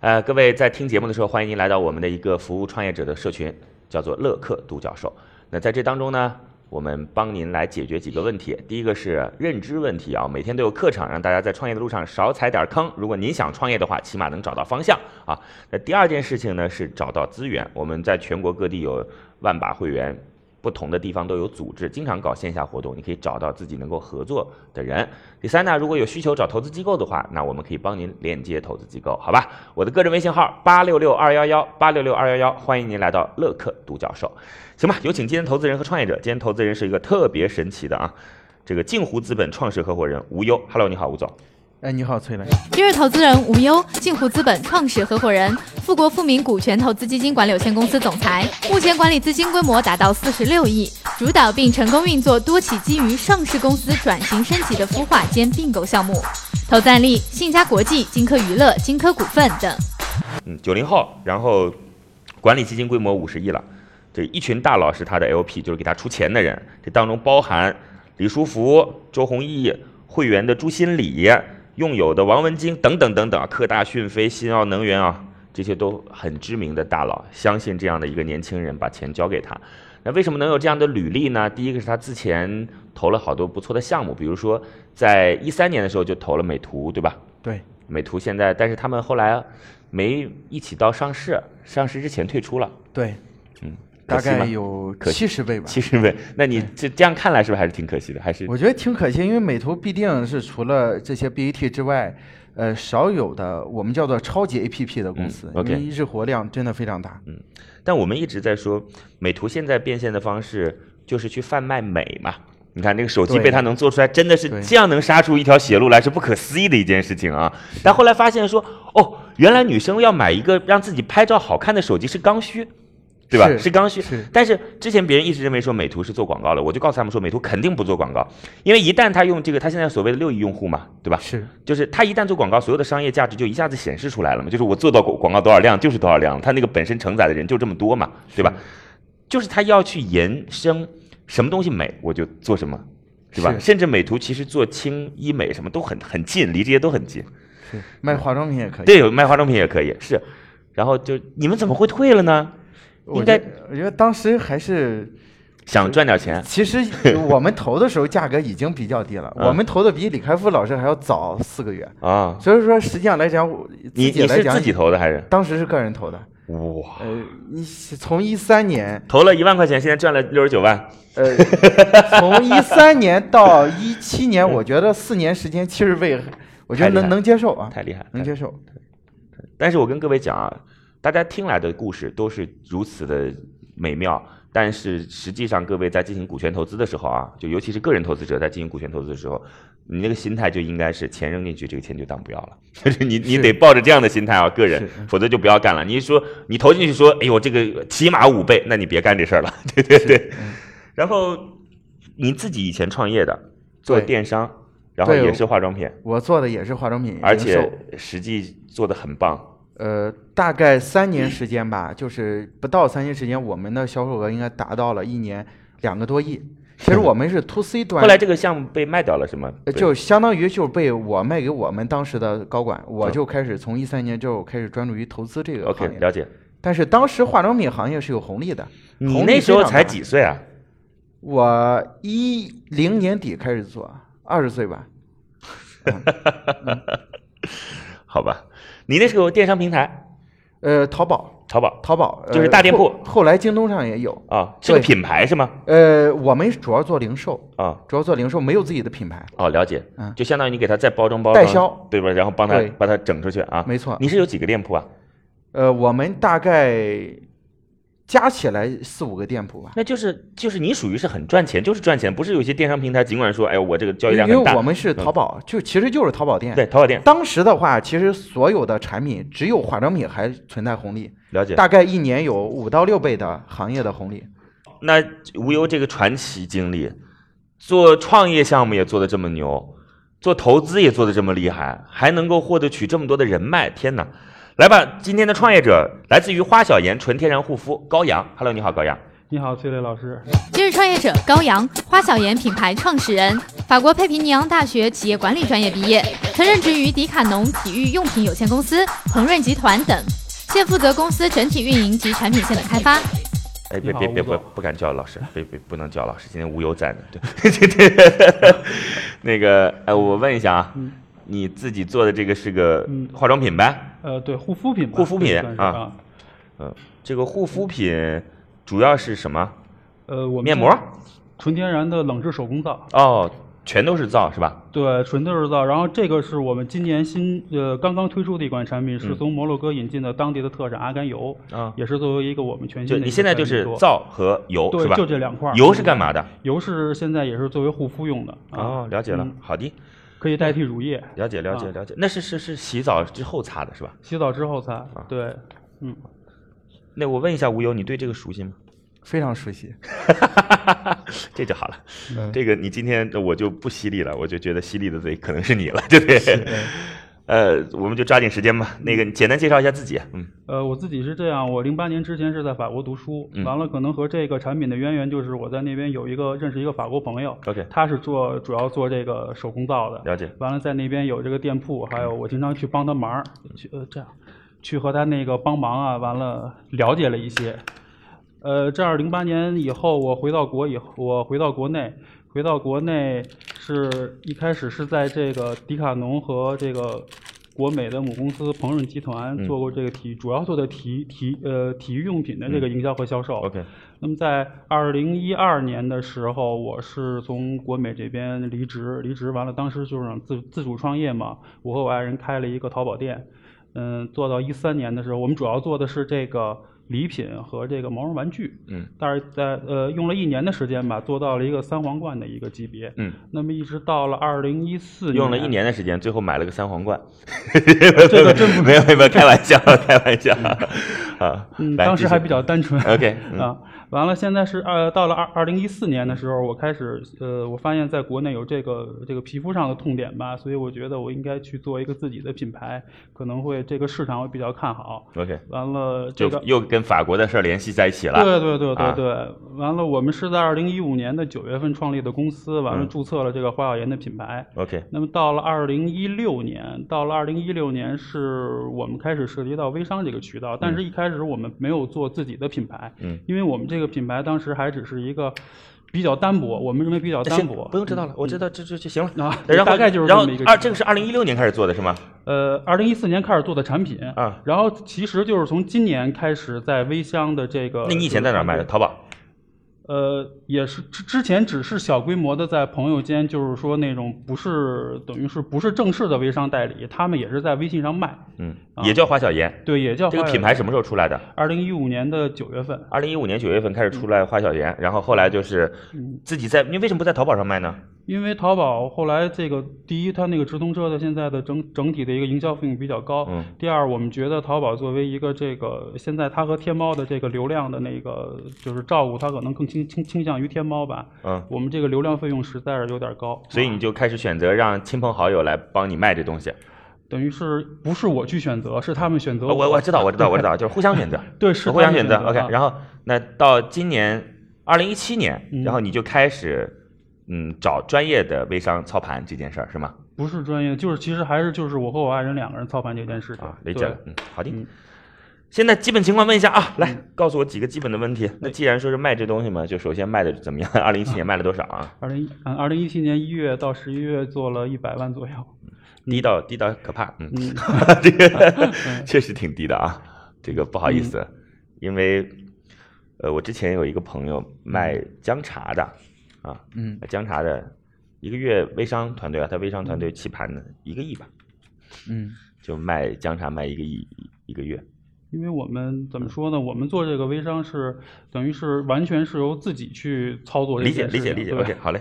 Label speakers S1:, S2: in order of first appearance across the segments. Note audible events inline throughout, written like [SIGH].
S1: 呃，各位在听节目的时候，欢迎您来到我们的一个服务创业者的社群，叫做乐客独角兽。那在这当中呢，我们帮您来解决几个问题。第一个是认知问题啊，每天都有课程，让大家在创业的路上少踩点坑。如果您想创业的话，起码能找到方向啊。那第二件事情呢是找到资源，我们在全国各地有万把会员。不同的地方都有组织，经常搞线下活动，你可以找到自己能够合作的人。第三呢，如果有需求找投资机构的话，那我们可以帮您链接投资机构，好吧？我的个人微信号八六六二幺幺八六六二幺幺，欢迎您来到乐客独角兽，行吧？有请今天投资人和创业者。今天投资人是一个特别神奇的啊，这个镜湖资本创始合伙人吴优。Hello，你好，吴总。
S2: 哎，你好，崔磊。
S3: 今日投资人吴优，镜湖资本创始合伙人，富国富民股权投资基金管理有限公司总裁，目前管理资金规模达到四十六亿，主导并成功运作多起基于上市公司转型升级的孵化兼并购项目，投资案例信佳国际、金科娱乐、金科股份等。
S1: 嗯，九零后，然后管理基金规模五十亿了，这一群大佬是他的 LP，就是给他出钱的人，这当中包含李书福、周鸿祎、会员的朱新礼、用友的王文京等等等等啊，科大讯飞、新奥能源啊，这些都很知名的大佬，相信这样的一个年轻人把钱交给他。那为什么能有这样的履历呢？第一个是他之前投了好多不错的项目，比如说在一三年的时候就投了美图，对吧？
S2: 对，
S1: 美图现在，但是他们后来没一起到上市，上市之前退出了，
S2: 对，
S1: 嗯，
S2: 大
S1: 可惜吗
S2: 概有
S1: 可惜
S2: 七十倍吧。
S1: 其实没，那你这这样看来是不是还是挺可惜的？还是
S2: 我觉得挺可惜，因为美图必定是除了这些 BAT 之外，呃，少有的我们叫做超级 APP 的公司，
S1: 嗯，OK 嗯
S2: 因为日活量真的非常大。
S1: 但我们一直在说，美图现在变现的方式就是去贩卖美嘛。你看这个手机
S2: 对
S1: 被它能做出来，真的是
S2: 对
S1: 这样能杀出一条血路来，是不可思议的一件事情啊！但后来发现说，哦，原来女生要买一个让自己拍照好看的手机是刚需，对吧？
S2: 是
S1: 是刚需。
S2: 是
S1: 但是之前别人一直认为说美图是做广告的，我就告诉他们说美图肯定不做广告，因为一旦他用这个，他现在所谓的六亿用户嘛，对吧？
S2: 是，
S1: 就是它一旦做广告，所有的商业价值就一下子显示出来了嘛，就是我做到广广告多少量就是多少量，它那个本身承载的人就这么多嘛，对吧？就是它要去延伸什么东西美，我就做什么，对吧？
S2: 是
S1: 甚至美图其实做轻医美什么都很很近，离这些都很近。
S2: 是卖化妆品也可
S1: 嗯
S2: 以。
S1: 对，有卖化妆品也可以是，然后就你们怎么会退了呢？
S2: 我
S1: 应
S2: 觉
S1: 该嗯
S2: 得我觉得当时还是，
S1: 想赚点钱，
S2: 其实我们投的时候价格已经比较低了，
S1: 嗯
S2: 我们投的比李开复老师还要早四个月，
S1: 啊？
S2: 所以说实际上来讲，我
S1: 你
S2: 自己
S1: 你
S2: 来
S1: 是
S2: 讲
S1: 自己投的还是？
S2: 当时是个人投的，
S1: 哇，
S2: 呃，你从一三年。
S1: 投了一万块钱，现在赚了六十九万，
S2: 呃，
S1: [LAUGHS]
S2: 从一三年到一七年，我觉得四年时间七十倍，我觉得
S1: 太厉害
S2: 能能接受啊，
S1: 太厉害！
S2: 能接受。
S1: 但是我跟各位讲啊，大家听来的故事都是如此的美妙，但是实际上各位在进行股权投资的时候啊，就尤其是个人投资者在进行股权投资的时候，你那个心态就应该是钱扔进去，这个钱就当不要了， [LAUGHS] 就是你你
S2: 是
S1: 得抱着这样的心态啊，个人
S2: 是，
S1: 否则就不要干了。你一说你投进去说，哎呦这个起码五倍，那你别干这事儿了， [LAUGHS] 对对对。
S2: 嗯
S1: 然后你自己以前创业的，做
S2: 对
S1: 电商，然后
S2: 对
S1: 也是化妆品，
S2: 我做的也是化妆品
S1: 而
S2: 零售
S1: 且实际做的很棒。
S2: 呃，大概三年时间吧，就是不到三年时间，我们的销售额应该达到了一年两个多亿。其实我们是 to C 端，
S1: 后来这个项目被卖掉了是吗？
S2: 呃
S1: 对
S2: 就相当于就被我卖给我们当时的高管，我就开始从一三年之后开始专注于投资这个
S1: 嗯 OK
S2: 行业。
S1: 了解。
S2: 但是当时化妆品行业是有红利的，
S1: 你
S2: 红利
S1: 那时候
S2: 非常
S1: 才
S2: 大
S1: 几岁啊？
S2: 我一零年底开始做，二十岁吧。
S1: 好吧，你那时候电商平台
S2: 呃，淘宝，
S1: 淘宝
S2: 淘宝、呃
S1: 就是大店铺
S2: 后后来京东上也有。
S1: 啊，是个
S2: 对
S1: 品牌是吗？
S2: 呃，我们主要做零售，
S1: 啊，
S2: 主要做零售，没有自己的品牌。
S1: 哦，了解
S2: 嗯，
S1: 就相当于你给它再包装包
S2: 代
S1: 装，
S2: 销
S1: 对吧？然后帮他
S2: 对
S1: 把它整出去啊。
S2: 没错
S1: 你是有几个店铺啊？
S2: 呃，我们大概加起来四五个店铺吧。
S1: 那就是就是你属于是很赚钱，就是赚钱，不是有一些电商平台尽管说，哎呦我这个交易
S2: 因
S1: 量
S2: 为
S1: 很大，嗯
S2: 我们是淘宝，就其实就是淘宝店。
S1: 对，淘宝店
S2: 当时的话，其实所有的产品只有化妆品还存在红利，
S1: 了解。
S2: 大概一年有五到六倍的行业的红利。
S1: 那无忧这个传奇经历，做创业项目也做的这么牛，做投资也做的这么厉害，还能够获得取这么多的人脉，天哪！来吧，今天的创业者来自于花小妍纯天然护肤高阳，Hello，你好，高阳。
S4: 你好，崔磊老师。
S1: 哎
S3: 今日创业者高阳，花小妍品牌创始人，法国佩皮尼昂大学企业管理专业毕业，曾任职于迪卡侬体育用品有限公司、鹏润集团等，现负责公司整体运营及产品线的开发。
S1: 哎，别
S4: 你好
S1: 别
S4: 吴
S1: 别不
S4: 总
S1: 不敢叫老师，别别不能叫老师，今天无忧在呢。对对 [LAUGHS] 对，那个哎，我问一下啊，
S4: 嗯
S1: 你自己做的这个是个
S4: 嗯
S1: 化妆品呗？
S4: 呃，对，护肤品吧，
S1: 护肤品
S4: 这算是
S1: 啊
S4: 啊。
S1: 嗯、这个护肤品主要是什么？
S4: 呃，我们
S1: 面膜
S4: 是纯天然的冷制手工皂，
S1: 哦，全都是皂是吧？
S4: 对，纯天然皂。然后这个是我们今年新呃刚刚推出的一款产品，
S1: 嗯
S4: 是从摩洛哥引进的当地的特产阿甘油，
S1: 啊
S4: 也是作为一个我们全新
S1: 就
S4: 的。
S1: 你现在就是，皂和油
S4: 对
S1: 是吧？
S4: 就这两块儿嗯
S1: 油是干嘛的？
S4: 油是现在也是作为护肤用的啊，
S1: 哦，了解了
S4: 嗯，
S1: 好的，
S4: 可以代替乳液，
S1: 了解了解
S4: 啊
S1: 了解。那是是是洗澡之后擦的是吧？
S4: 洗澡之后擦。
S1: 啊
S4: 对，嗯，
S1: 那我问一下吴优，你对这个熟悉吗？ [LAUGHS]
S2: 非常熟悉，
S1: 这就好了
S2: 嗯，
S1: 这个你今天呃我就不犀利了，我就觉得犀利的嘴可能是你了，对不对？呃，我们就抓紧时间吧。
S4: 嗯
S1: 那个，你简单介绍一下自己，嗯，
S4: 呃，我自己是这样，我零八年之前是在法国读书，
S1: 嗯
S4: 完了可能和这个产品的渊源就是我在那边有一个认识一个法国朋友
S1: OK
S4: 他是做主要做这个手工皂的，
S1: 了解
S4: 完了在那边有这个店铺，还有我经常去帮他忙，
S1: 嗯
S4: 去呃这样，去和他那个帮忙啊，完了了解了一些，呃，这样零八年以后我回到国以后，我回到国内，回到国内是一开始是在这个迪卡侬和这个国美的母公司鹏润集团
S1: 嗯
S4: 做过这个体，主要做的体体呃体育用品的这个营销和销售。
S1: 嗯 OK
S4: 那么在二零一二年的时候，我是从国美这边离职，离职完了，当时就是想自自主创业嘛，我和我爱人开了一个淘宝店。嗯，做到一三年的时候，我们主要做的是这个礼品和这个毛绒玩具。
S1: 嗯，
S4: 但是在呃用了一年的时间吧，做到了一个三皇冠的一个级别。
S1: 嗯，
S4: 那么一直到了二零一四年，
S1: 用了一。年的时间，最后买了个三皇冠。
S4: 这
S1: [LAUGHS]
S4: 个真不
S1: 没有没有没有，开玩笑，开玩笑啊。
S4: 嗯，
S1: 来
S4: 当
S1: 继
S4: 时
S1: 续
S4: 还比较单纯。
S1: OK，嗯
S4: 啊，完了，现在是呃，到了二二零一四年的时候，我开始呃，我发现在国内有这个这个皮肤上的痛点吧，所以我觉得我应该去做一个自己的品牌，可能会这个市场会比较看好。
S1: OK，
S4: 完了，这
S1: 就
S4: 个
S1: 又跟法国的事儿联系在一起了。
S4: 对对对
S1: 啊
S4: 对对，完了，我们是在二零一五年的九月份创立的公司，完了
S1: 嗯
S4: 注册了这个花小妍的品牌。
S1: OK，
S4: 那么到了二零一六年，到了二零一六年是我们开始涉及到微商这个渠道，但是一开始我们没有做自己的品牌，
S1: 嗯，
S4: 因为我们这个品牌当时还只是一个比较单薄，我们认为比较
S1: 嗯那行
S4: 单薄。
S1: 不用知道了，我知道这这就行了。
S4: 啊，
S1: 然后
S4: 大概就是
S1: 然后
S4: 这么一个
S1: 二这个是二零一六年开始做的是吗？
S4: 呃，二零一四年开始做的产品
S1: 啊
S4: 然后其实就是从今年开始在微商的这个。
S1: 那你以前在哪儿卖的？？淘宝。
S4: 呃，也是之之前只是小规模的在朋友间，就是说那种不是等于是不是正式的微商代理，他们也是在微信上卖，
S1: 嗯，
S4: 啊
S1: 也叫花小妍。
S4: 对，也叫
S1: 这个
S4: 花园
S1: 品牌什么时候出来的？
S4: 二零一五年的九月份，
S1: 二零一五年九月份开始出来花小妍，然后后来就是
S4: 嗯
S1: 自己在，你为什么不在淘宝上卖呢？
S4: 因为淘宝后来这个第一，它那个直通车的现在的整整体的一个营销费用比较高。
S1: 嗯
S4: 第二，我们觉得淘宝作为一个这个现在它和天猫的这个流量的那个就是照顾，它可能更倾倾倾向于天猫吧。
S1: 嗯，
S4: 我们这个流量费用实在是有点高，啊
S1: 所以你就开始选择让亲朋好友来帮你卖这东西。
S4: 等于是不是我去选择，是他们选择
S1: 哦我我知道我知道我知
S4: [LAUGHS]
S1: 道，就是互相选择，
S4: 对是
S1: 互相
S4: 他们
S1: 选择。
S4: 选择
S1: OK，
S4: 啊
S1: 然后那到今年二零一七年，
S4: 嗯
S1: 然后你就开始嗯找专业的微商操盘这件事儿是吗？
S4: 不是专业的，就是其实还是就是我和我爱人两个人操盘这件事情。
S1: 啊，理解了
S4: 对，
S1: 嗯，好的
S4: 嗯。
S1: 现在基本情况问一下啊，来告诉我几个基本的问题。那既然说是卖这东西嘛，就首先卖的怎么样？二零一七
S4: [LAUGHS]
S1: 年卖了多少啊？
S4: 二零嗯，二零一七年一月到十一月做了一百万左右。
S1: 低到低到可怕，嗯，
S4: 嗯，
S1: [LAUGHS] 这个确实挺低的啊，这个不好意
S4: 嗯
S1: 思，因为呃，我之前有一个朋友卖姜茶的啊，
S2: 嗯，
S1: 卖姜茶的一个月微商团队啊，他微商团队期盘的一个亿吧，
S2: 嗯，
S1: 就卖姜茶卖一个亿一个月，
S4: 因为我们怎么说呢？我们做这个微商是等于是完全是由自己去操作这
S1: 理解
S4: 件事
S1: 理
S4: 情。
S1: 解理解
S4: 对嗯
S1: ，OK，好嘞。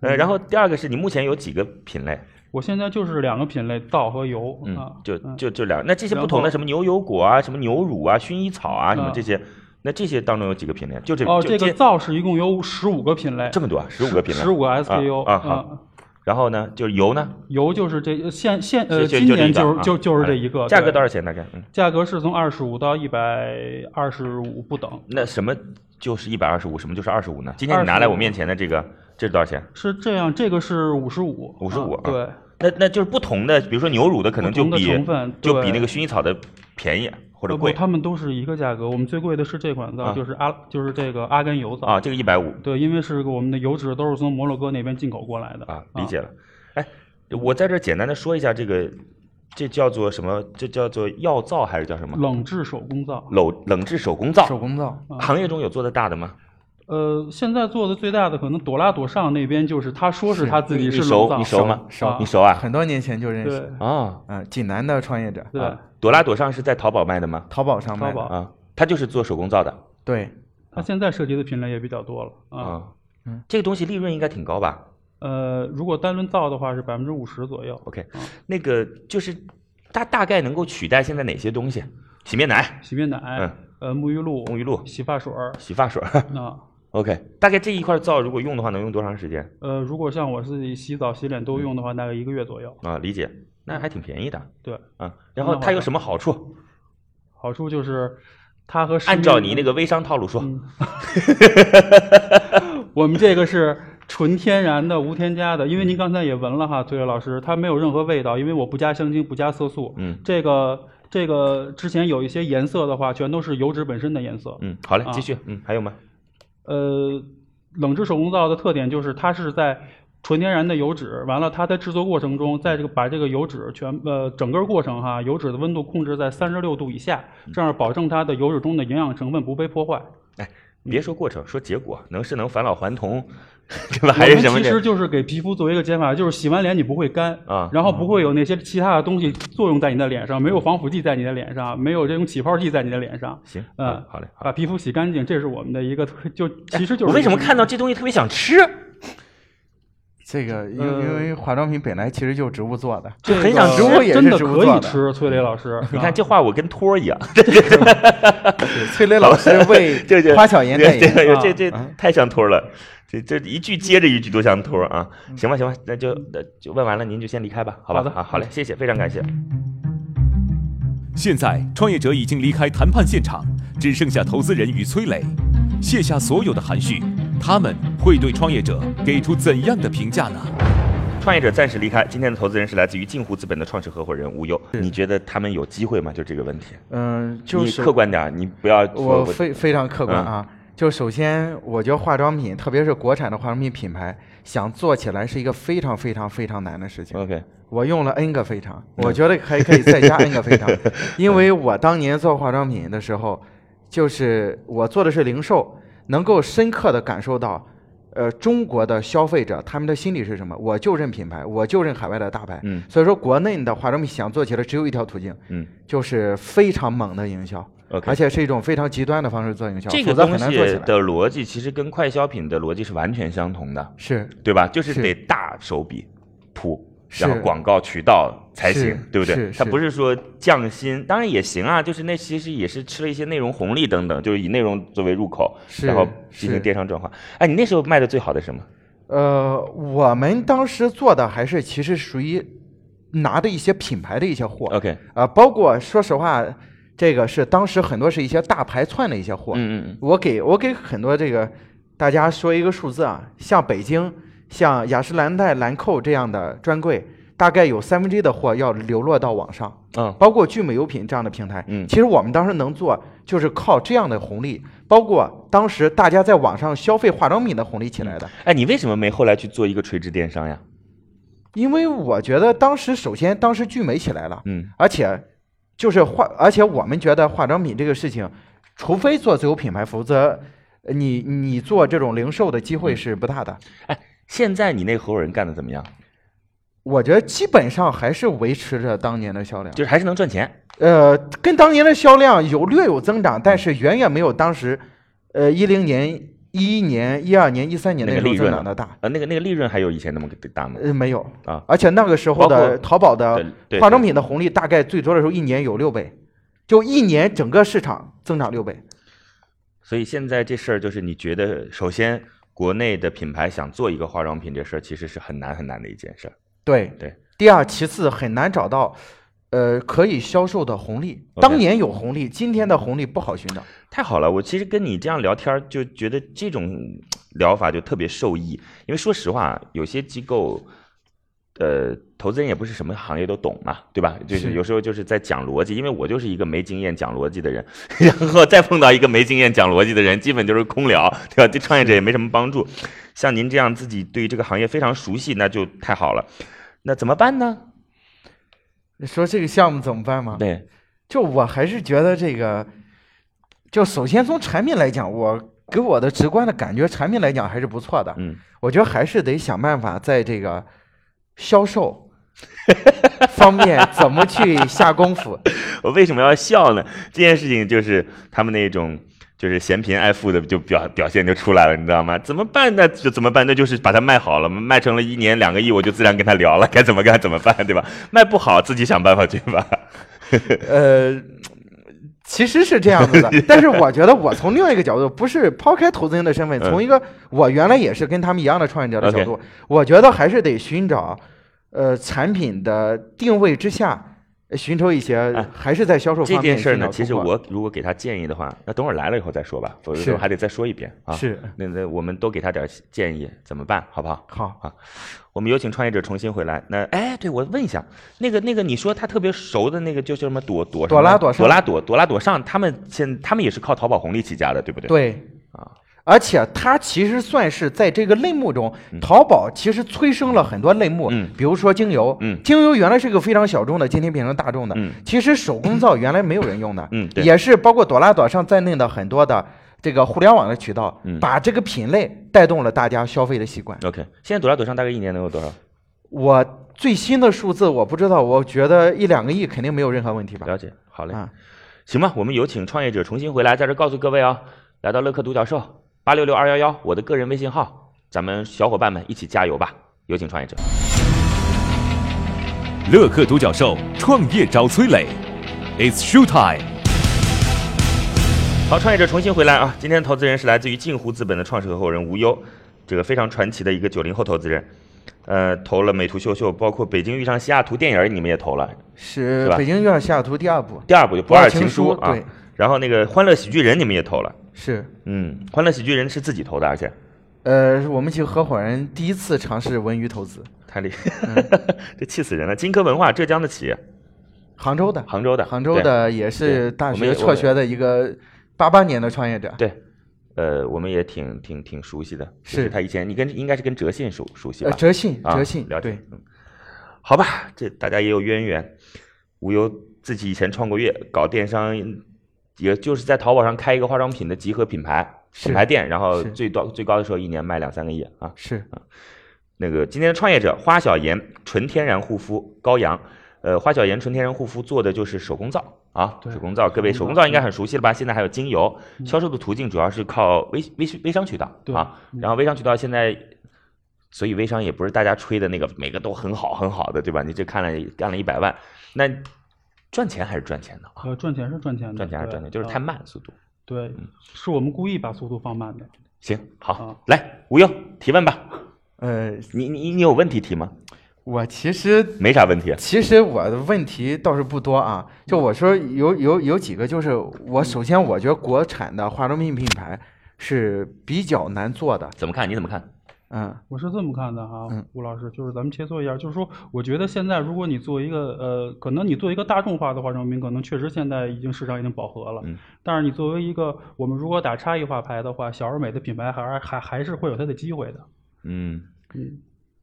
S1: 呃，然后第二个是你目前有几个品类？
S4: 我现在就是两个品类，稻和油、啊
S1: 嗯，，就
S4: 嗯
S1: 就就两，那这些不同
S4: 然
S1: 的
S4: 后
S1: 什么牛油果啊，什么牛乳啊，薰衣草啊，什么
S4: 啊
S1: 这些，那这些当中有几个品类？就这
S4: 哦，
S1: 就
S4: 这个
S1: 这
S4: 皂是一共有十五个品类，
S1: 这么多啊，十五个品类，
S4: 十五个
S1: 啊
S4: SKU
S1: 啊好。
S4: 嗯
S1: 然后呢，就是油呢，
S4: 油就是这现现呃，
S1: 就
S4: 今年
S1: 这一
S4: 就
S1: 个
S4: 是
S1: 啊
S4: 就就是这
S1: 哎
S4: 一个。
S1: 价格
S4: 对
S1: 多少钱大概？嗯，
S4: 价格是从二十五到一百二十五不等，
S1: 那什么就是一百二十五，什么就是二十五呢？今天你拿
S4: 25
S1: 来我面前的这个，这是多少钱？
S4: 是这样，这个是五十五，
S1: 55
S4: 啊对，
S1: 那那就是不同的，比如说牛乳的可能就
S4: 不同
S1: 比
S4: 的成分对呃
S1: 就比那个薰衣草的便宜或者
S4: 不，
S1: 贵
S4: 他们都是一个价格。我们最贵的是这款皂，
S1: 啊
S4: 就是阿就是这个阿根油皂
S1: 啊，这个一百五
S4: 对，因为是我们的油脂都是从摩洛哥那边进口过来的
S1: 啊，理解了。哎，我在这儿简单的说一下这个，这叫做什么？这叫做药皂还是叫什么？
S4: 冷制手工皂，
S1: 冷冷制手工皂，
S2: 手工皂，
S1: 行业中有做的大的吗？
S4: 呃，现在做的最大的可能朵拉朵尚那边就是他说是
S2: 是
S4: 他自己
S1: 你
S4: 是冷
S1: 熟
S4: 皂，
S1: 你熟吗？
S4: 熟
S1: 你熟啊？
S2: 很多年前就认识
S4: 对
S2: 了。
S1: 啊，
S2: 嗯，济南的创业者，
S4: 对
S1: 啊朵拉朵尚是在淘宝卖的吗？
S2: 淘宝上卖的。
S4: 淘宝
S1: 啊，他就是做手工皂的
S2: 对，
S4: 他现在涉及的品类也比较多了啊。
S1: 啊
S2: 嗯。
S1: 这个东西利润应该挺高吧？
S4: 呃，如果单论皂的话是百分之五十左右，
S1: OK，那个就是它大概能够取代现在哪些东西？洗面奶、
S4: 洗面奶、呃沐浴露、
S1: 嗯沐浴露、
S4: 洗发水儿
S1: 洗发水。 [LAUGHS]
S4: 啊。
S1: OK，大概这一块皂如果用的话，能用多长时间
S4: 呃，如果像我自己洗澡、洗脸
S1: 嗯
S4: 都用的话，大概一个月左右。
S1: 啊？理解，
S4: 嗯
S1: 那还挺便宜的
S4: 对，
S1: 啊。然后它有什么好处？
S4: 好处就是嗯它和市
S1: 按照
S4: 面
S1: 你那个微商套路说，
S4: [LAUGHS] 我们这个是纯天然的、无添加的，因为
S1: 嗯
S4: 您刚才也闻了哈，崔磊老师，它没有任何味道，因为我不加香精、不加色素。
S1: 嗯
S4: 这个这个之前有一些颜色的话，全都是油脂本身的颜色。
S1: 嗯，好嘞，
S4: 啊
S1: 继续，嗯，还有吗？
S4: 呃，冷制手工皂的特点就是它是在纯天然的油脂，完了它在制作过程中，在这个把这个油脂全呃整个过程哈，油脂的温度控制在三十六度以下，这样保证它的油脂中的营养成分不被破坏。嗯
S1: 别说过程，说结果，能是能返老还童， [LAUGHS]
S4: [LAUGHS]
S1: 对吧？还是什
S4: 我
S1: 么
S4: 们其实
S1: 的？
S4: 就是给皮肤做一个减法，就是洗完脸你不会干
S1: 啊
S4: 然后不会有那些其他的东西作用在你的脸上，没有防腐剂在你的脸上，没有这种起泡剂在你的脸上。
S1: 行，
S4: 嗯，
S1: 好嘞，好嘞。
S4: 把皮肤洗干净，这是我们的一个特就其实就是
S1: 哎我为什么看到这东西特别想吃，
S4: 啊
S2: 这个因
S4: 呃
S2: 因为化妆品本来其实就是植物做的，
S4: 这
S1: 就很想
S4: 个
S1: 植
S2: 物也是
S4: 真的
S2: 植物
S4: 可
S2: 做
S4: 以
S2: 的
S4: 吃，崔磊老师，
S1: [LAUGHS] 你
S4: 啊
S1: 看这话我跟托儿一
S4: [LAUGHS]
S1: 样，
S2: 崔磊老师为
S1: 这这
S2: 花小妍代
S1: 这
S2: 言。
S1: 这
S4: 啊
S1: 这这太像托儿了，这这一句接着一句都像托儿啊！行吧行吧，那就那就问完了，您就先离开吧，好吧？
S4: 嗯好的
S1: 啊，好嘞，谢谢，非常感谢。
S5: 现在，创业者已经离开谈判现场，只剩下投资人与崔磊，卸下所有的含蓄，他们会对创业者给出怎样的评价呢？
S1: 创业者暂时离开，今天的投资人是来自于镜湖资本的创始合伙人吴优，你觉得他们有机会吗？就这个问题，
S2: 嗯，就
S1: 你
S2: 是
S1: 客观点儿，你不要说
S2: 我非非常客观
S1: 嗯
S2: 啊。就首先，我觉得化妆品，特别是国产的化妆品品牌，想做起来是一个非常非常非常难的事情。
S1: OK
S2: 我用了 N 个非常，
S1: 嗯
S2: 我觉得还可
S1: [LAUGHS]
S2: 以再加 N 个非常，因为我当年做化妆品的时候，就是我做的是零售，能够深刻的感受到，呃，中国的消费者他们的心理是什么？我就认品牌，我就认海外的大牌。
S1: 嗯
S2: 所以说，国内的化妆品想做起来只有一条途径，
S1: 嗯
S2: 就是非常猛的营销
S1: OK
S2: 而且是一种非常极端的方式做营销，
S1: 这
S2: 否
S1: 个
S2: 则
S1: 东
S2: 很难
S1: 西
S2: 做起来。
S1: 的逻辑其实跟快消品的逻辑是完全相同的，
S2: 是
S1: 对吧？就是
S2: 是
S1: 得大手笔铺，
S2: 是
S1: 然后广告渠道才行
S2: 是，
S1: 对不对
S2: 是？
S1: 它
S2: 是
S1: 不是说降薪，当然也行啊，就是那其实也是吃了一些内容红利等等，就是以内容作为入口，
S2: 是
S1: 然后进行
S2: 是
S1: 电商转化。哎，你那时候卖的最好的是什么？
S2: 呃，我们当时做的还是其实属于拿的一些品牌的一些货
S1: OK
S2: 啊、包括说实话，这个是当时很多是一些大牌窜的一些货。
S1: 嗯嗯嗯，
S2: 我给我给很多这个大家说一个数字啊，像北京、像雅诗兰黛、兰蔻这样的专柜，大概有三分之一的货要流落到网上。
S1: 嗯
S2: 包括聚美优品这样的平台，
S1: 嗯
S2: 其实我们当时能做，就是靠这样的红利，包括当时大家在网上消费化妆品的红利起来的。
S1: 哎，你为什么没后来去做一个垂直电商呀？
S2: 因为我觉得当时首先当时聚美起来了，
S1: 嗯
S2: 而且就是化，而且我们觉得化妆品这个事情，除非做自有品牌，否则呃你你做这种零售的机会是不大的。
S1: 现在你那合伙人干的怎么样？
S2: 我觉得基本上还是维持着当年的销量，
S1: 就是还是能赚钱。
S2: 呃，跟当年的销量有略有增长，但是远远没有当时，呃，一零年、一一年、一二年、一三年
S1: 那
S2: 那
S1: 个
S2: 时候
S1: 利
S2: 增
S1: 润
S2: 长的大，
S1: 呃，那个那个利润还有以前那么大吗？
S2: 呃，没有
S1: 啊
S2: 而且那个时候
S1: 包括
S2: 的淘宝的
S1: 对对，
S2: 化妆品的红利大概最多的时候一年有六倍，就一年整个市场增长六倍。
S1: 所以现在这事儿就是，你觉得首先国内的品牌想做一个化妆品这事儿，其实是很难很难的一件事儿。
S2: 对
S1: 对。
S2: 第二，其次很难找到，呃，可以销售的红利。
S1: OK
S2: 当年有红利，今天的红利不好寻找。
S1: 太好了，我其实跟你这样聊天儿，就觉得这种嗯疗法就特别受益。因为说实话，啊有些机构，呃，投资人也不是什么行业都懂嘛，对吧？就是
S2: 是
S1: 有时候就是在讲逻辑，因为我就是一个没经验讲逻辑的人， [LAUGHS] 然后再碰到一个没经验讲逻辑的人，基本就是空聊，对吧？对创业者也没什么帮助。像您这样自己对这个行业非常熟悉，那就太好了。那怎么办呢？
S2: 你说这个项目怎么办吗？
S1: 对，
S2: 就我还是觉得这个，就首先从产品来讲，我给我的直观的感觉，产品来讲还是不错的。
S1: 嗯，
S2: 我觉得还是得想办法在这个销售方面怎么去下
S1: [LAUGHS]
S2: 功夫。
S1: 我为什么要笑呢？这件事情就是他们那种就是嫌贫爱富的就表表现就出来了，你知道吗？怎么办呢？就怎么办？那就是把它卖好了，卖成了一年两个亿，我就自然跟他聊了，该怎么干怎么办，对吧？ [LAUGHS] 卖不好自己想办法去
S2: [LAUGHS]
S1: 吧。
S2: 呃，其实是这样
S1: [LAUGHS]
S2: 子的，但是我觉得我从另外一个角度，不是抛开投资人的身份，
S1: 嗯
S2: 从一个我原来也是跟他们一样的创业者的
S1: OK
S2: 角度，我觉得还是得寻找，呃，产品的定位之下，寻求一些
S1: 哎
S2: 还是在销售
S1: 这
S2: 方
S1: 件
S2: 面
S1: 事儿
S2: 寻找
S1: 呢，
S2: 突破。
S1: 其实我如果给他建议的话，那等会儿来了以后再说吧，否则
S2: 是
S1: 我还得再说一遍啊。，
S2: 是
S1: 那那我们多给他点儿建议，怎么办，好不好？
S2: 好，
S1: 我们有请创业者重新回来。那哎，对我问一下，那个那个，你说他特别熟的那个，就是什么朵朵什么
S2: 朵拉朵上
S1: 朵拉朵朵拉朵上，他们现他们也是靠淘宝红利起家的，对不对？，
S2: 对
S1: 啊。
S2: 而且它其实算是在这个类目中，淘宝其实催生了很多类目，
S1: 嗯
S2: 比如说精油，
S1: 嗯
S2: 精油原来是个非常小众的，今天变成大众的，
S1: 嗯
S2: 其实手工皂 [COUGHS] 原来没有人用的，
S1: 嗯对
S2: 也是包括朵拉朵上在内的很多的这个互联网的渠道，
S1: 嗯
S2: 把这个品类带动了大家消费的习惯。
S1: OK，现在朵拉朵上大概一年能有多少？
S2: 啊我最新的数字我不知道，我觉得一两个亿肯定没有任何问题吧？
S1: 了解，好嘞，
S2: 啊，
S1: 行吧，我们有请创业者重新回来，在这儿告诉各位啊，来到乐客独角兽八六六二幺幺，我的个人微信号，咱们小伙伴们一起加油吧！有请创业者。
S5: 乐客独角兽创业找崔磊，It's show time。
S1: 好，创业者重新回来啊！今天投资人是来自于镜湖资本的创始合伙人吴优，这个非常传奇的一个九零后投资人，呃，投了美图秀秀，包括《北京遇上西雅图》电影，你们也投了，是
S2: 是
S1: 吧
S2: 北京遇上西雅图第二部，
S1: 第二部就《不
S2: 二
S1: 二
S2: 情
S1: 书》啊
S2: 对，，
S1: 然后那个《欢乐喜剧人》你们也投了，
S2: 是。
S1: 嗯，《欢乐喜剧人》是自己投的，而且
S2: 呃，我们几个合伙人第一次尝试文娱投资，
S1: 太厉 [LAUGHS] 害，这气死人了！金科文化，浙江的企业，
S2: 杭州的，
S1: 杭州的，
S2: 杭州的也是大
S1: 我们也
S2: 学辍学的一个八八年的创业者，
S1: 对，对，呃，我们也挺挺挺熟悉的，就是
S2: 是
S1: 他以前你跟应该是跟哲信熟熟悉吧
S2: 呃，？哲信，
S1: 啊
S2: 哲信，
S1: 了解
S2: 对，
S1: 嗯好吧，这大家也有渊源。无忧自己以前创过业，搞电商，也就是在淘宝上开一个化妆品的集合品牌
S2: 是
S1: 品牌店，然后
S2: 是
S1: 最多最高的时候一年卖两三个亿啊。
S2: 是
S1: 那个今天的创业者花小妍纯天然护肤高阳，呃，花小妍纯天然护肤做的就是手工皂啊，
S4: 对
S1: 手工皂，各位手
S4: 手
S1: 工
S4: 工
S1: 皂
S4: 皂嗯
S1: 应该很熟悉了吧？现在还有精油，销售的途径主要是靠微微微商渠道
S4: 对
S1: 啊，
S4: 嗯
S1: 然后微商渠道现在。所以微商也不是大家吹的那个每个都很好很好的，对吧？你这看了干了一百万，那赚钱还是赚钱的啊？
S4: 呃，赚钱是赚钱的，
S1: 赚钱还是
S4: 对
S1: 赚钱，就是
S4: 啊
S1: 太慢嗯速度。
S4: 对，是我们故意把速度放慢的。
S1: 行，
S4: 啊
S1: 好，来吴优提问吧，
S2: 呃，
S1: 你你你有问题提吗？
S2: 我其实
S1: 没啥问题，
S2: 其实我的问题倒是不多啊，就我说有有有几个，就是我首先我觉得国产的化妆品品牌是比较难做的，
S1: 怎么看？你怎么看？
S2: 嗯，
S4: 我是这么看的哈
S2: 嗯，
S4: 吴老师，就是咱们切磋一下，就是说，我觉得现在如果你做一个呃，可能你做一个大众化的化妆品，可能确实现在已经市场已经饱和了，
S1: 嗯
S4: 但是你作为一个我们如果打差异化牌的话，小而美的品牌还还还是会有它的机会的。
S1: 嗯，
S4: 嗯，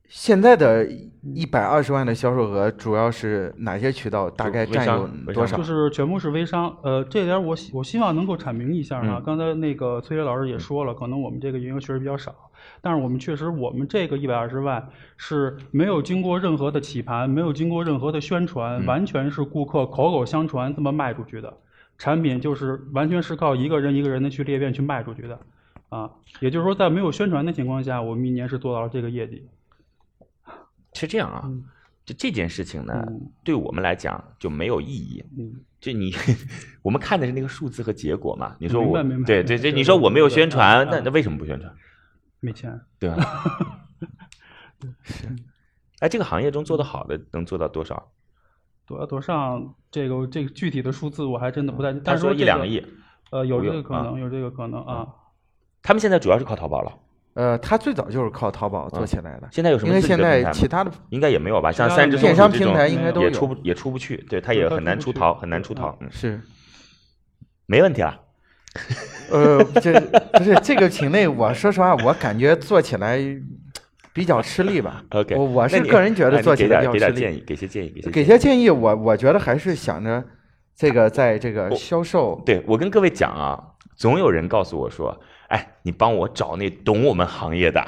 S2: 现在的一百二十万的销售额主要是哪些渠道？大概
S1: 微
S2: 占
S1: 商
S2: 有
S1: 微
S2: 多
S1: 商
S2: 少
S4: 就？是全部是微商。呃，这点我希我希望能够阐明一下啊。
S1: 嗯
S4: 刚才那个崔磊老师也说了，可能我们这个营业额确实比较少，但是我们确实我们这个一百二十万是没有经过任何的洗盘，没有经过任何的宣传，
S1: 嗯
S4: 完全是顾客口口相传这么卖出去的。产品就是完全是靠一个人一个人的去裂变去卖出去的，啊，也就是说在没有宣传的情况下，我们一年是做到了这个业绩。
S1: 是这样啊，就这件事情呢，
S4: 嗯
S1: 对我们来讲就没有意义。
S4: 嗯，
S1: 就你， [LAUGHS] 我们看的是那个数字和结果嘛。你说
S4: 明
S1: 我
S4: 白明，白
S1: 对
S4: 明白
S1: 对对，
S4: 对
S1: 你说我没有
S4: 对
S1: 宣传
S4: 啊，
S1: 那
S4: 啊
S1: 那为什么不宣传？
S4: 没钱。
S1: 对吧？ [LAUGHS] 哎，这个行业中做得好的能做到多少？
S4: 多少多上这个这个具体的数字我还真的不太，但
S1: 他
S4: 是
S1: 说
S4: 这
S1: 一
S4: 个
S1: 两个亿，
S4: 呃，有
S1: 不
S4: 这
S1: 用
S4: 个可
S1: 啊
S4: 能，有这个可能啊。
S1: 他们现在主要是靠淘宝了，
S2: 呃，它最早就是靠淘宝做起来的，
S1: 现啊在有什
S2: 因
S1: 么
S2: 为
S1: 自己
S2: 现
S1: 的平台
S2: 在
S1: 吗
S2: 其他的
S1: 应该也没有吧？像
S4: 其他
S1: 三
S4: 的
S1: 只松
S4: 电
S1: 鼠
S4: 商
S1: 这
S2: 平
S1: 种
S2: 台应该都
S1: 也
S2: 有
S1: 出不也出不去，对，他
S4: 对
S1: 也
S4: 它
S1: 很难
S4: 出
S1: 出
S4: 不去
S1: 逃，很难出逃。嗯，
S2: 是
S1: 没问题了。
S2: 呃，这不是这个品类，我说实话，我感觉做起来比较吃力吧。
S1: OK，
S2: 我我
S1: 那
S2: 是
S1: 你
S2: 个人觉
S1: 那
S2: 得
S1: 你
S2: 做起
S1: 给
S2: 来
S1: 点给
S2: 比较吃
S1: 点
S2: 力
S1: 建。议，给些建议，给些
S2: 给
S1: 建议
S2: 些建议，我我觉得还是想着这个在这个
S1: 我
S2: 销售，
S1: 对我跟各位讲啊，总有人告诉我说，哎，你帮我找那懂我们行业的。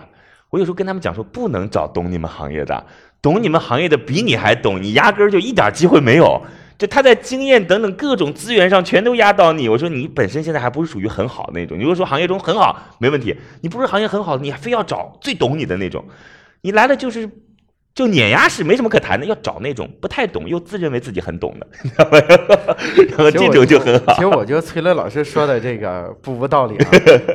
S1: 我有时候跟他们讲说，不能找懂你们行业的，懂你们行业的比你还懂，你压根儿就一点机会没有。就他在经验等等各种资源上全都压倒你。我说你本身现在还不是属于很好的那种，你如果说行业中很好没问题，你不是行业很好的，你还非要找最懂你的那种，你来了就是就碾压式，没什么可谈的，要找那种不太懂又自认为自己很懂的，你知道吗？ [LAUGHS] 然后
S2: 其实
S1: 这种
S2: 我
S1: 就很好
S2: 其。实我觉得崔乐老师说的这个不无道
S1: [LAUGHS]
S2: 理啊，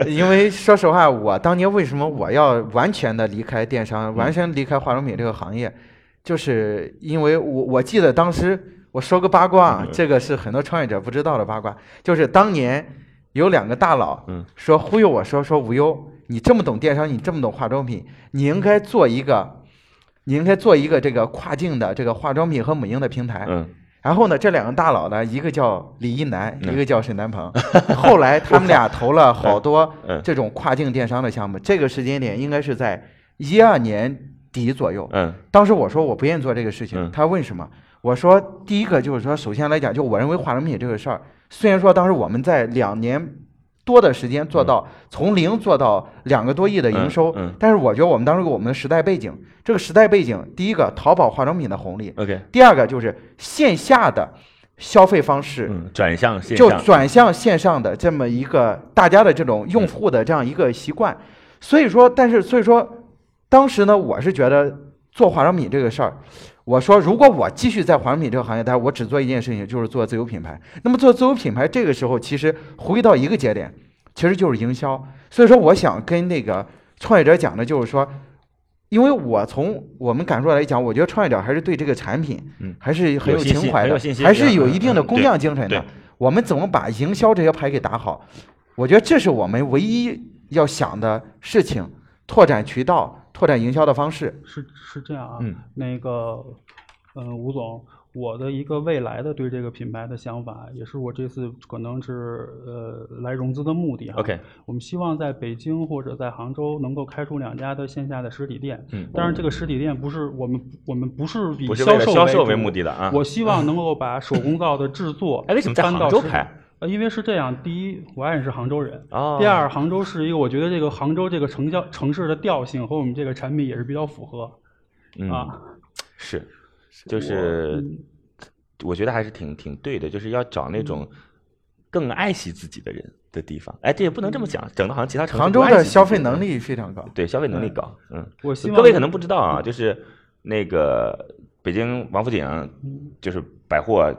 S2: 因为说实话，我当年为什么我要完全的离开电商，
S1: 嗯
S2: 完全离开化妆品这个行业，就是因为我我记得当时我说个八卦
S1: 嗯
S2: 啊，这个是很多创业者不知道的八卦，就是当年有两个大佬
S1: 嗯
S2: 说忽悠我说说无忧，你这么懂电商，你这么懂化妆品，你应该做一个。你应该做一个这个跨境的这个化妆品和母婴的平台，
S1: 嗯，
S2: 然后呢，这两个大佬呢，一个叫李一男，
S1: 嗯
S2: 一个叫沈
S1: [LAUGHS]
S2: 南鹏。后来他们俩投了好多
S1: 嗯
S2: 这种跨境电商的项目。这个时间点应该是在一二年底左右。
S1: 嗯
S2: 当时我说我不愿意做这个事情
S1: 嗯，
S2: 他问什么？我说第一个就是说，首先来讲，就我认为化妆品这个事儿，虽然说当时我们在两年多的时间做到从零做到两个多亿的营收
S1: 嗯嗯嗯，
S2: 但是我觉得我们当时有我们的时代背景，这个时代背景，第一个淘宝化妆品的红利，
S1: ，OK，
S2: 第二个就是线下的消费方式。
S1: 嗯，转向线
S2: 就
S1: 上，
S2: 转向线上的这么一个大家的这种用户的这样一个习惯，所以说，但是所以说，当时呢，我是觉得做化妆品这个事儿，我说如果我继续在化妆品这个行业待，我只做一件事情，就是做自有品牌。那么做自有品牌，这个时候其实回到一个节点，其实就是营销。所以说，我想跟那个创业者讲的就是说，因为我从我们感受来讲，我觉得创业者还是对这个产品
S1: 嗯，
S2: 还是很
S1: 有信
S2: 情
S1: 心
S2: 怀
S1: 很
S2: 的
S1: 有信，心
S2: 还是有
S1: 嗯
S2: 一定的
S1: 嗯
S2: 工
S1: 对
S2: 匠精神
S1: 对
S2: 的。我们怎么把营销这些牌给打好？我觉得这是我们唯一要想的事情，拓展渠道，拓展营销的方式。
S4: 是是这样啊，
S1: 嗯
S4: 那个，嗯，吴总，我的一个未来的对这个品牌的想法，也是我这次可能是呃来融资的目的哈。啊
S1: OK
S4: 我们希望在北京或者在杭州能够开出两家的线下的实体店。
S1: 嗯
S4: 当然这个实体店不是我们我们不是以
S1: 不是为了销售
S4: 售
S1: 为
S4: 主
S1: 目的的啊，
S4: 我希望能够把手工皂的制作
S1: 哎为什么在杭州开？
S4: 呃，因为是这样，第一，我爱人是杭州人。
S1: 哦
S4: 第二，杭州是一个，我觉得这个杭州这个城郊城市的调性和我们这个产品也是比较符合。
S1: 嗯，
S4: 啊，
S1: 是，就是
S2: 嗯
S1: 我觉得还是挺挺对的，就是要找那
S2: 嗯
S1: 种更爱惜自己的人的地方。哎，这也不能这么讲，整的好像其他城市
S2: 嗯杭
S1: 不
S2: 州
S1: 爱
S2: 的
S1: 惜自
S2: 消
S1: 己
S2: 费
S1: 人
S2: 能力非常高。
S1: 对消费能力高，嗯，
S4: 我希望嗯
S1: 各位可能不知道啊，就是那个北京王府井，
S4: 嗯
S1: 就是百货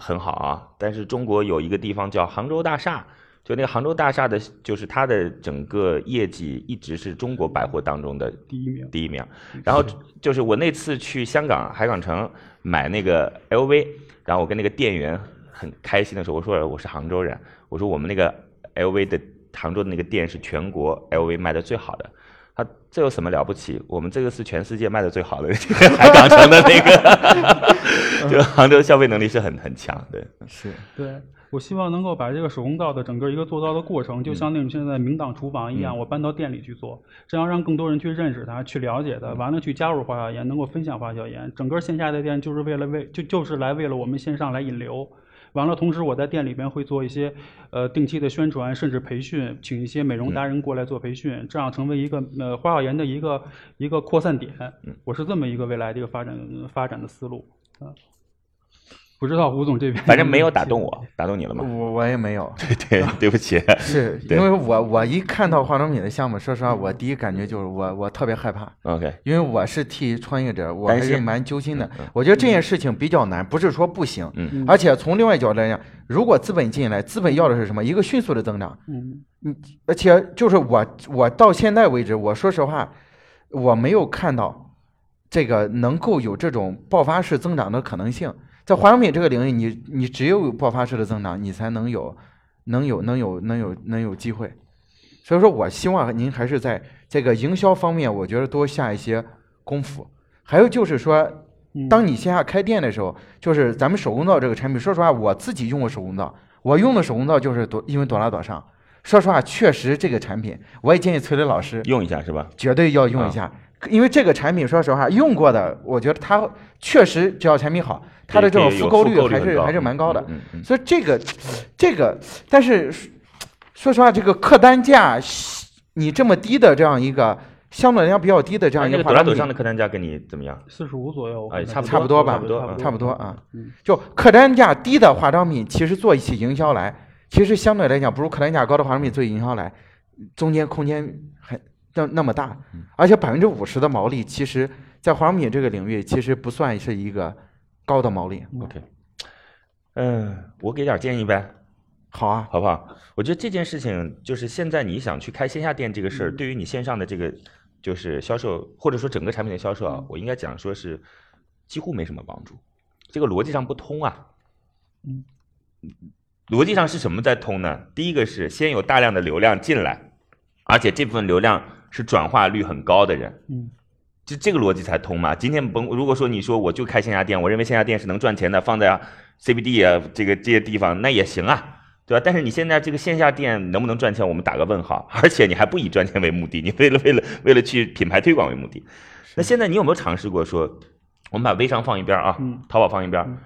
S1: 很好啊，但是中国有一个地方叫杭州大厦，就那个杭州大厦的，就是它的整个业绩一直是中国百货当中的
S4: 第一名，
S1: 第一名。然后就是我那次去香港海港城买那个 LV，然后我跟那个店员很开心的时候，我说我是杭州人，我说我们那个 LV 的杭州的那个店是全国 LV 卖的最好的。他这 [LAUGHS] 有什么了不起？我们这个是全世界卖的最好的海港城的那个，
S2: [LAUGHS]
S1: 就杭州消费能力是很很强的。
S2: 是
S4: 对，我希望能够把这个手工皂的整个一个做皂的过程，就像那种现在名档厨房一
S1: 嗯
S4: 样，我搬到店里去做，这样让更多人去认识它，去了解它，完了去加入花小岩，能够分享花小岩。整个线下的店就是为了为就就是来为了我们线上来引流。完了，同时我在店里边会做一些，呃，定期的宣传，甚至培训，请一些美
S1: 嗯
S4: 容达人过来做培训，这样成为一个呃花小岩的一个一个扩散点。
S1: 嗯
S4: 我是这么一个未来的一个发展发展的思路啊。不知道胡总这边，
S1: 反正没
S2: 嗯
S1: 有打动我，打动你了吗？
S2: 我我也没有，
S1: 对 [LAUGHS] 对，对不
S2: [LAUGHS]
S1: 起。
S2: 是
S1: 对嗯
S2: 因为我我一看到化妆品的项目，说实话，我第一感觉就是我我特别害怕，
S1: OK，
S2: 因为我是替创业者，我
S1: 担
S2: 还
S1: 心
S2: 是蛮揪心的。我觉得这件事情比较难，不是说不行，
S1: 嗯
S2: 而且从另外一角度来讲，如果资本进来，资本要的是什么？一个迅速的增长，
S4: 嗯
S2: 而且就是我我到现在为止，我说实话，我没有看到这个能够有这种爆发式增长的可能性。在化妆品这个领域，你你只有爆发式的增长，你才能有能有能有能有能有机会。所以说我希望您还是在这个营销方面，我觉得多下一些功夫。还有就是说，
S4: 嗯，
S2: 当你线下开店的时候，就是咱们手工皂这个产品，说实话，我自己用过手工皂，我用的手工皂就是朵，因为朵拉朵上。说实话，确实这个产品，我也建议崔磊老师
S1: 用一下是吧？
S2: 绝对要用一下，
S1: 嗯
S2: 因为这个产品，说实话，用过的，我觉得它确实只要产品好，它的这种
S1: 对对有
S2: 复购率
S1: 复购率
S2: 还
S1: 很
S2: 是
S1: 高
S2: 还是蛮高的。
S1: 嗯嗯，
S2: 所以这个，这个，但是说实话，这个客单价你这么低的这样一个相对来讲比较低的这样
S1: 啊那
S2: 一个
S1: 个
S2: 化
S1: 朵拉
S2: 妆
S1: 朵
S2: 品，
S1: 上的客单价跟你怎么样？
S4: 四十五左右，
S1: 哎差不
S2: 差不多吧
S1: 差不多
S2: 差不多啊。
S4: 嗯
S2: 就客单价低的化妆品，其实做起营销来，其实相对来讲不如客单价高的化妆品做营销来，中间空间很那那么大，而且百分之五十的毛利，其实在化妆品这个领域其实不算是一个高的毛利。
S1: 嗯，我给点建议呗，
S2: 好啊，
S1: 好不好？我觉得这件事情就是现在你想去开线下店这个事儿，对于你线上的这个就是销售或者说整个产品的销售啊，我应该讲说是几乎没什么帮助，这个逻辑上不通啊。
S4: 嗯，
S1: 逻辑上是什么在通呢？第一个是先有大量的流量进来，而且这部分流量是转化率很高的人，
S4: 嗯
S1: 就这个逻辑才通嘛。今天甭如果说你说我就开线下店，我认为线下店是能赚钱的，放在 CBD 啊这个这些地方那也行啊，对吧？但是你现在这个线下店能不能赚钱，我们打个问号。 [LAUGHS] 而且你还不以赚钱为目的，你为了为了为了去品牌推广为目的。那现在你有没有尝试过说，我们把微商放一边儿啊，
S4: 嗯
S1: 淘宝放一边儿，
S4: 嗯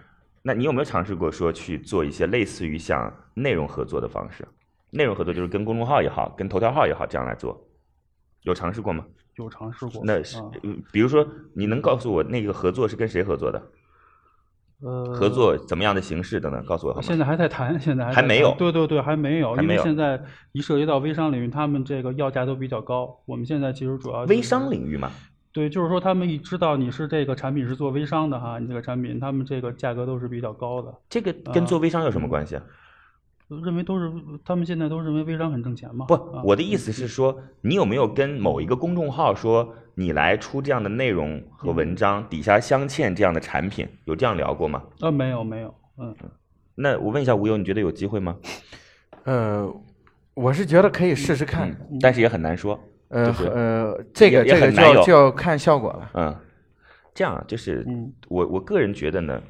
S1: 那你有没有尝试过说去做一些类似于像内容合作的方式？内容合作就是跟公众号也好，跟头条号也好这样来做，有尝试过吗？
S4: 有尝试过。
S1: 那是
S4: 啊，
S1: 呃比如说，你能告诉我那个合作是跟谁合作的？
S4: 呃，
S1: 合作怎么样的形式等等，告诉我好
S4: 现
S1: 吗？
S4: 在还在谈，现在还
S1: 还
S4: 在
S1: 没
S4: 谈
S1: 有
S4: 对对对，还没有，
S1: 还
S4: 因
S1: 没
S4: 为
S1: 有
S4: 现在一涉及到微商领域，他们这个要价都比较高。我们现在其实主要就
S1: 微
S4: 是
S1: 商领域嘛，
S4: 对，就是说他们一知道你是这个产品是做微商的哈，你这个产品他们这个价格都是比较高的，
S1: 这个
S4: 嗯
S1: 跟做微商有什么关系啊？
S4: 认为都是他们现在都认为微商很挣钱嘛。
S1: 不
S4: 啊，
S1: 我的意思是说，你有没有跟某一个公众号说你来出这样的内容和
S4: 嗯
S1: 文章，底下镶嵌这样的产品，有这样聊过吗？
S4: 呃没有没有，嗯，
S1: 那我问一下吴友，你觉得有机会
S4: [LAUGHS]
S1: 吗？
S2: 呃，我是觉得可以试试看，
S1: 嗯，但是也很难说。
S2: 呃
S1: 就是
S2: 呃，这个
S1: 也也
S2: 这个
S1: 很
S2: 就
S1: 难有
S2: 要就要看效果了。
S1: 嗯，这样啊就是
S4: 嗯
S1: 我我个人觉得呢，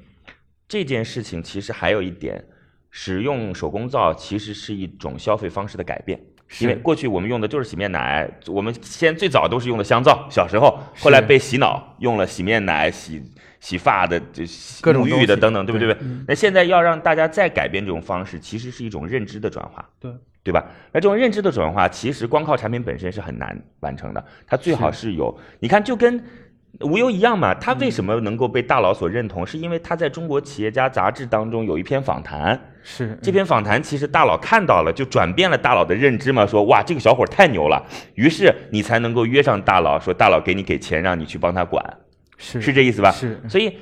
S1: 这件事情其实还有一点，使用手工皂其实是一种消费方式的改变。因为
S2: 是
S1: 过去我们用的就是洗面奶，我们先最早都是用的香皂，小时候，后来被洗脑用了洗面奶、洗洗发的、这洗
S2: 各种
S1: 沐浴的
S2: 东
S1: 等
S2: 西
S1: 等，对不对
S2: 对？嗯
S1: 那现在要让大家再改变这种方式，其实是一种认知的转化。
S4: 对，
S1: 对吧？那这种认知的转化，其实光靠产品本身是很难完成的，它最好是有，你看就跟。无忧一样嘛，它
S2: 嗯
S1: 为什么能够被大佬所认同？是因为它在中国企业家杂志当中有一篇访谈，
S2: 是
S1: 这篇访谈其实大佬看到了，就转变了大佬的认知嘛，说哇这个小伙儿太牛了，于是你才能够约上大佬，说大佬给你给钱让你去帮他管，
S2: 是
S1: 是这意思吧？
S2: 是
S1: 所以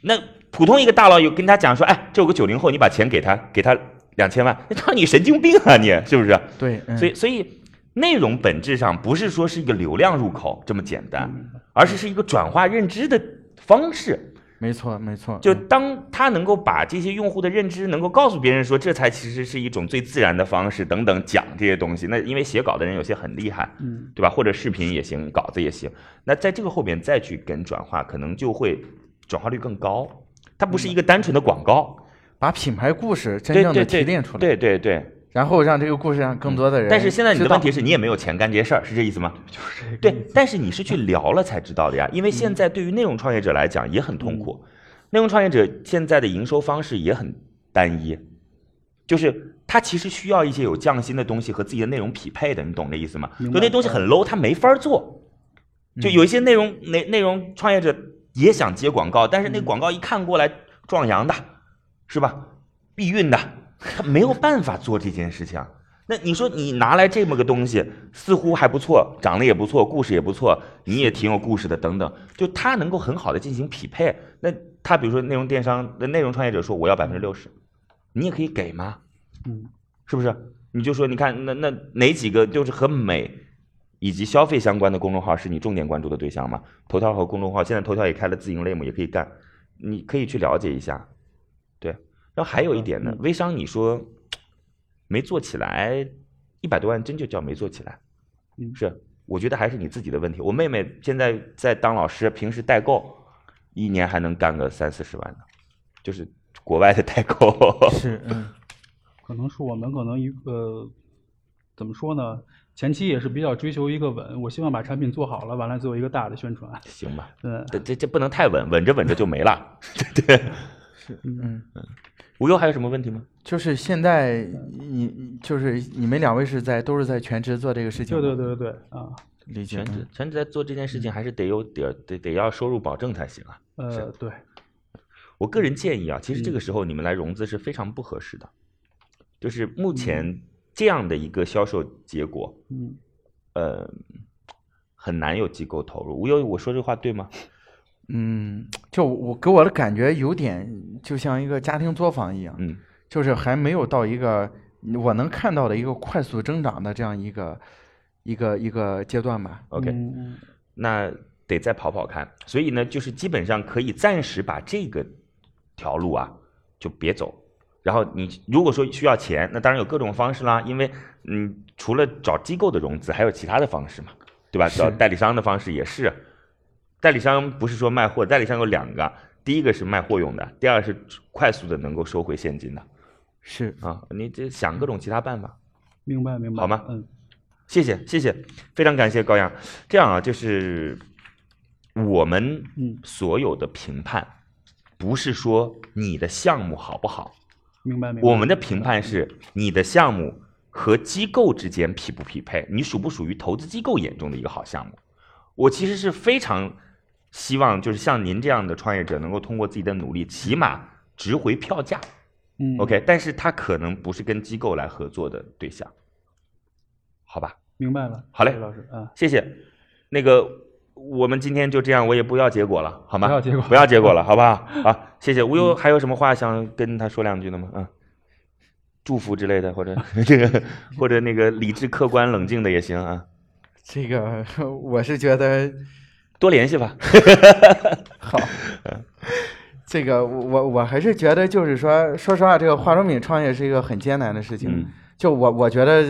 S1: 那普通一个大佬有跟他讲说，哎，这有个九零后，你把钱给他，给他两千万，那他说你神经病啊你，是不是？
S2: 对，嗯
S1: 所以所以内容本质上不是说是一个流量入口这么简单，
S2: 嗯
S4: 嗯
S1: 而是是一个转化认知的方式。
S2: 没错没错，
S1: 就
S2: 嗯
S1: 当他能够把这些用户的认知能够告诉别人说，这才其实是一种最自然的方式，等等讲这些东西。那因为写稿的人有些很厉害，
S4: 嗯，
S1: 对吧？或者视频也行，稿子也行。那在这个后边再去跟转化，可能就会转化率更高。它不是一个单纯的广告，
S2: 把品牌故事真
S1: 对
S2: 正
S1: 对
S2: 嗯的提
S1: 对，
S2: 炼出来，
S1: 对对对。
S2: 然后让这个故事让更多的人知
S1: 嗯
S2: 道。
S1: 但是现在你的问题是你也没有钱干这些事儿，是这意思吗？
S4: 就是这个
S1: 对，但是你是去聊了才知道的呀，因为现在对于内容创业者来讲也很痛
S4: 嗯
S1: 苦，内容创业者现在的营收方式也很单一，就是他其实需要一些有匠心的东西和自己的内容匹配的，你懂这意思吗？
S4: 明白嗯
S1: 就那东西很 low，他没法做。就有一些内容内内容创业者也想接广告，但是那
S4: 嗯
S1: 广告一看过来壮阳的，是吧？避孕的，他没有办法做这件事情。啊那你说你拿来这么个东西，似乎还不错，长得也不错，故事也不错，你也挺有故事的，等等，就它能够很好的进行匹配。那他比如说内容电商、内容创业者说我要百分之六十，你也可以给吗？
S4: 嗯，
S1: 是不是？你就说你看那那哪几个就是和美以及消费相关的公众号是你重点关注的对象吗？头条和公众号现在头条也开了自营类目，也可以干，你可以去了解一下。对，然后还有一点
S4: 嗯
S1: 呢，微商你说没做起来，一百多万真就叫没做起来，
S4: 嗯
S1: 是，我觉得还是你自己的问题。我妹妹现在在当老师，平时代购，一年还能干个三四十万呢，就是国外的代购。 [LAUGHS]
S2: 是嗯，
S4: 可能是我们可能一呃，怎么说呢？前期也是比较追求一个稳，我希望把产品做好了，完了做一个大的宣传。
S1: 行吧，
S4: 嗯，
S1: 这这这不能太稳，稳着稳着就没了。 [LAUGHS] 对对，
S2: 嗯，
S1: 无忧还有什么问题吗？
S2: 就是现在你你就是你们两位是在都是在全职做这个事情
S4: 对
S2: 吗，
S4: 对对对对啊，
S2: 理解
S1: 全
S2: 嗯
S1: 职全职在做这件事情，还是得有点儿得得要收入保证才行啊。
S4: 呃，对，
S1: 我个
S2: 嗯
S1: 人建议啊，其实这个时候你们来融资是非常不合适的，就是目
S2: 嗯
S1: 前这样的一个销售结果，
S4: 嗯，
S1: 呃，很难有机构投入。无忧，我说这话对吗？
S2: 嗯，就我给我的感觉有点就像一个家庭作坊一样，
S1: 嗯，
S2: 就是还没有到一个我能看到的一个快速增长的这样一个一个一个阶段吧。
S1: OK，、
S4: 嗯
S1: 那得再跑跑看。所以呢，就是基本上可以暂时把这个条路啊，就别走。然后你如果说需要钱，那当然有各种方式啦，因为嗯，除了找机构的融资，还有其他的方式嘛，对吧？找代理商的方式也是。代理商不是说卖货，代理商有两个，第一个是卖货用的，第二是快速的能够收回现金的
S2: 是，
S1: 啊。你这想各种其他办法。
S4: 明白明白。
S1: 好吗
S4: 嗯，
S1: 谢谢谢谢，非常感谢高阳。这样啊，就是我们
S4: 嗯
S1: 所有的评判，不是说你的项目好不好，
S4: 明白明白。
S1: 我们的评判是你的项目和机构之间匹不匹配，你属不属于投资机构眼中的一个好项目。我其实是非常希望，就是像您这样的创业者，能够通过自己的努力，起码值回票价。
S4: 嗯
S1: OK，但是他可能不是跟机构来合作的对象，好吧？
S4: 明白了。
S1: 好嘞
S4: 谢谢老师啊，
S1: 谢谢。那个，我们今天就这样，我也不要结果了，好吗？
S4: 不要结果
S1: 不要结果了，好不
S2: [LAUGHS]
S1: 好？好，谢谢。无
S2: 嗯
S1: 忧还有什么话想跟他说两句的吗？嗯，祝福之类的，
S2: [LAUGHS]
S1: 或者这个，或者那个理智、客观、冷静的也行啊。
S2: 这个 [LAUGHS] 我是觉得
S1: 多联系
S2: [LAUGHS]
S1: 吧。
S2: 好。这个我我我还是觉得就是说，说实话，这个化妆品创业是一个很艰难的事情。
S1: 嗯
S2: 就我我觉得，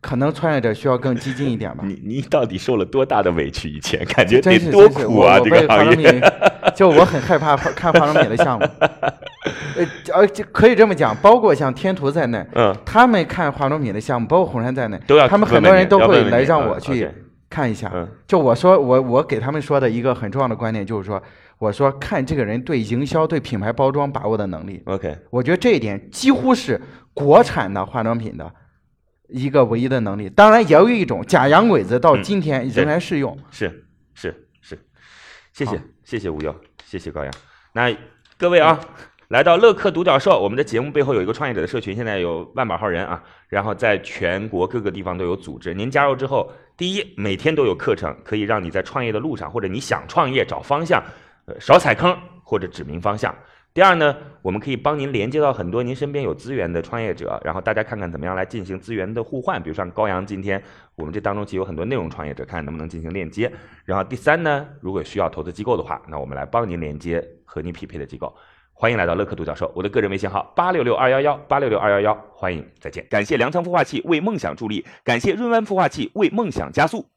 S2: 可能创业者需要更激进一点吧。
S1: 你你到底受了多大的委屈？以前感觉
S2: 真
S1: 得
S2: 是
S1: 多
S2: 真是
S1: 苦
S2: 我
S1: 啊，
S2: 我
S1: 这
S2: 被
S1: 个
S2: 化
S1: 行
S2: 妆
S1: 业。
S2: 品，就我很害怕化看化妆品的项目。呃，而且可以这么讲，包括像天图在内， [LAUGHS]
S1: 嗯，
S2: 他们看化妆品的项目，包括红杉在内，
S1: 都要
S2: 他们
S1: 问
S2: 很多
S1: 问
S2: 人
S1: 你
S2: 都
S1: 要问
S2: 会
S1: 问
S2: 来
S1: 你
S2: 让
S1: 嗯
S2: 我去
S1: OK
S2: 看一下
S1: 嗯。
S2: 就我说我我给他们说的一个很重要的观点就是说，我说看这个人对营销、对品牌包装把握的能力，
S1: OK，
S2: 我觉得这一点几乎是国产的化妆品的一个唯一的能力。当然，也有一种假洋鬼子到
S1: 嗯
S2: 今天
S1: 对
S2: 仍然适用。
S1: 是是是，谢
S2: 好
S1: 谢谢谢吴瑶，谢谢高阳。那各位啊，来到乐客独角兽，我们的节目背后有一个创业者的社群，现在有万把号人啊，然后在全国各个地方都有组织。您加入之后，第一，每天都有课程，可以让你在创业的路上，或者你想创业找方向，呃，少踩坑或者指明方向。第二呢，我们可以帮您连接到很多您身边有资源的创业者，然后大家看看怎么样来进行资源的互换。比如像高阳今天，我们这当中其实有很多内容创业者，看能不能进行链接。然后第三呢，如果需要投资机构的话，那我们来帮您连接和你匹配的机构。欢迎来到乐客独角兽，我的个人微信号八六六二幺幺八六六二幺幺，欢迎再见。感谢粮仓孵化器为梦想助力，感谢润湾孵化器为梦想加速。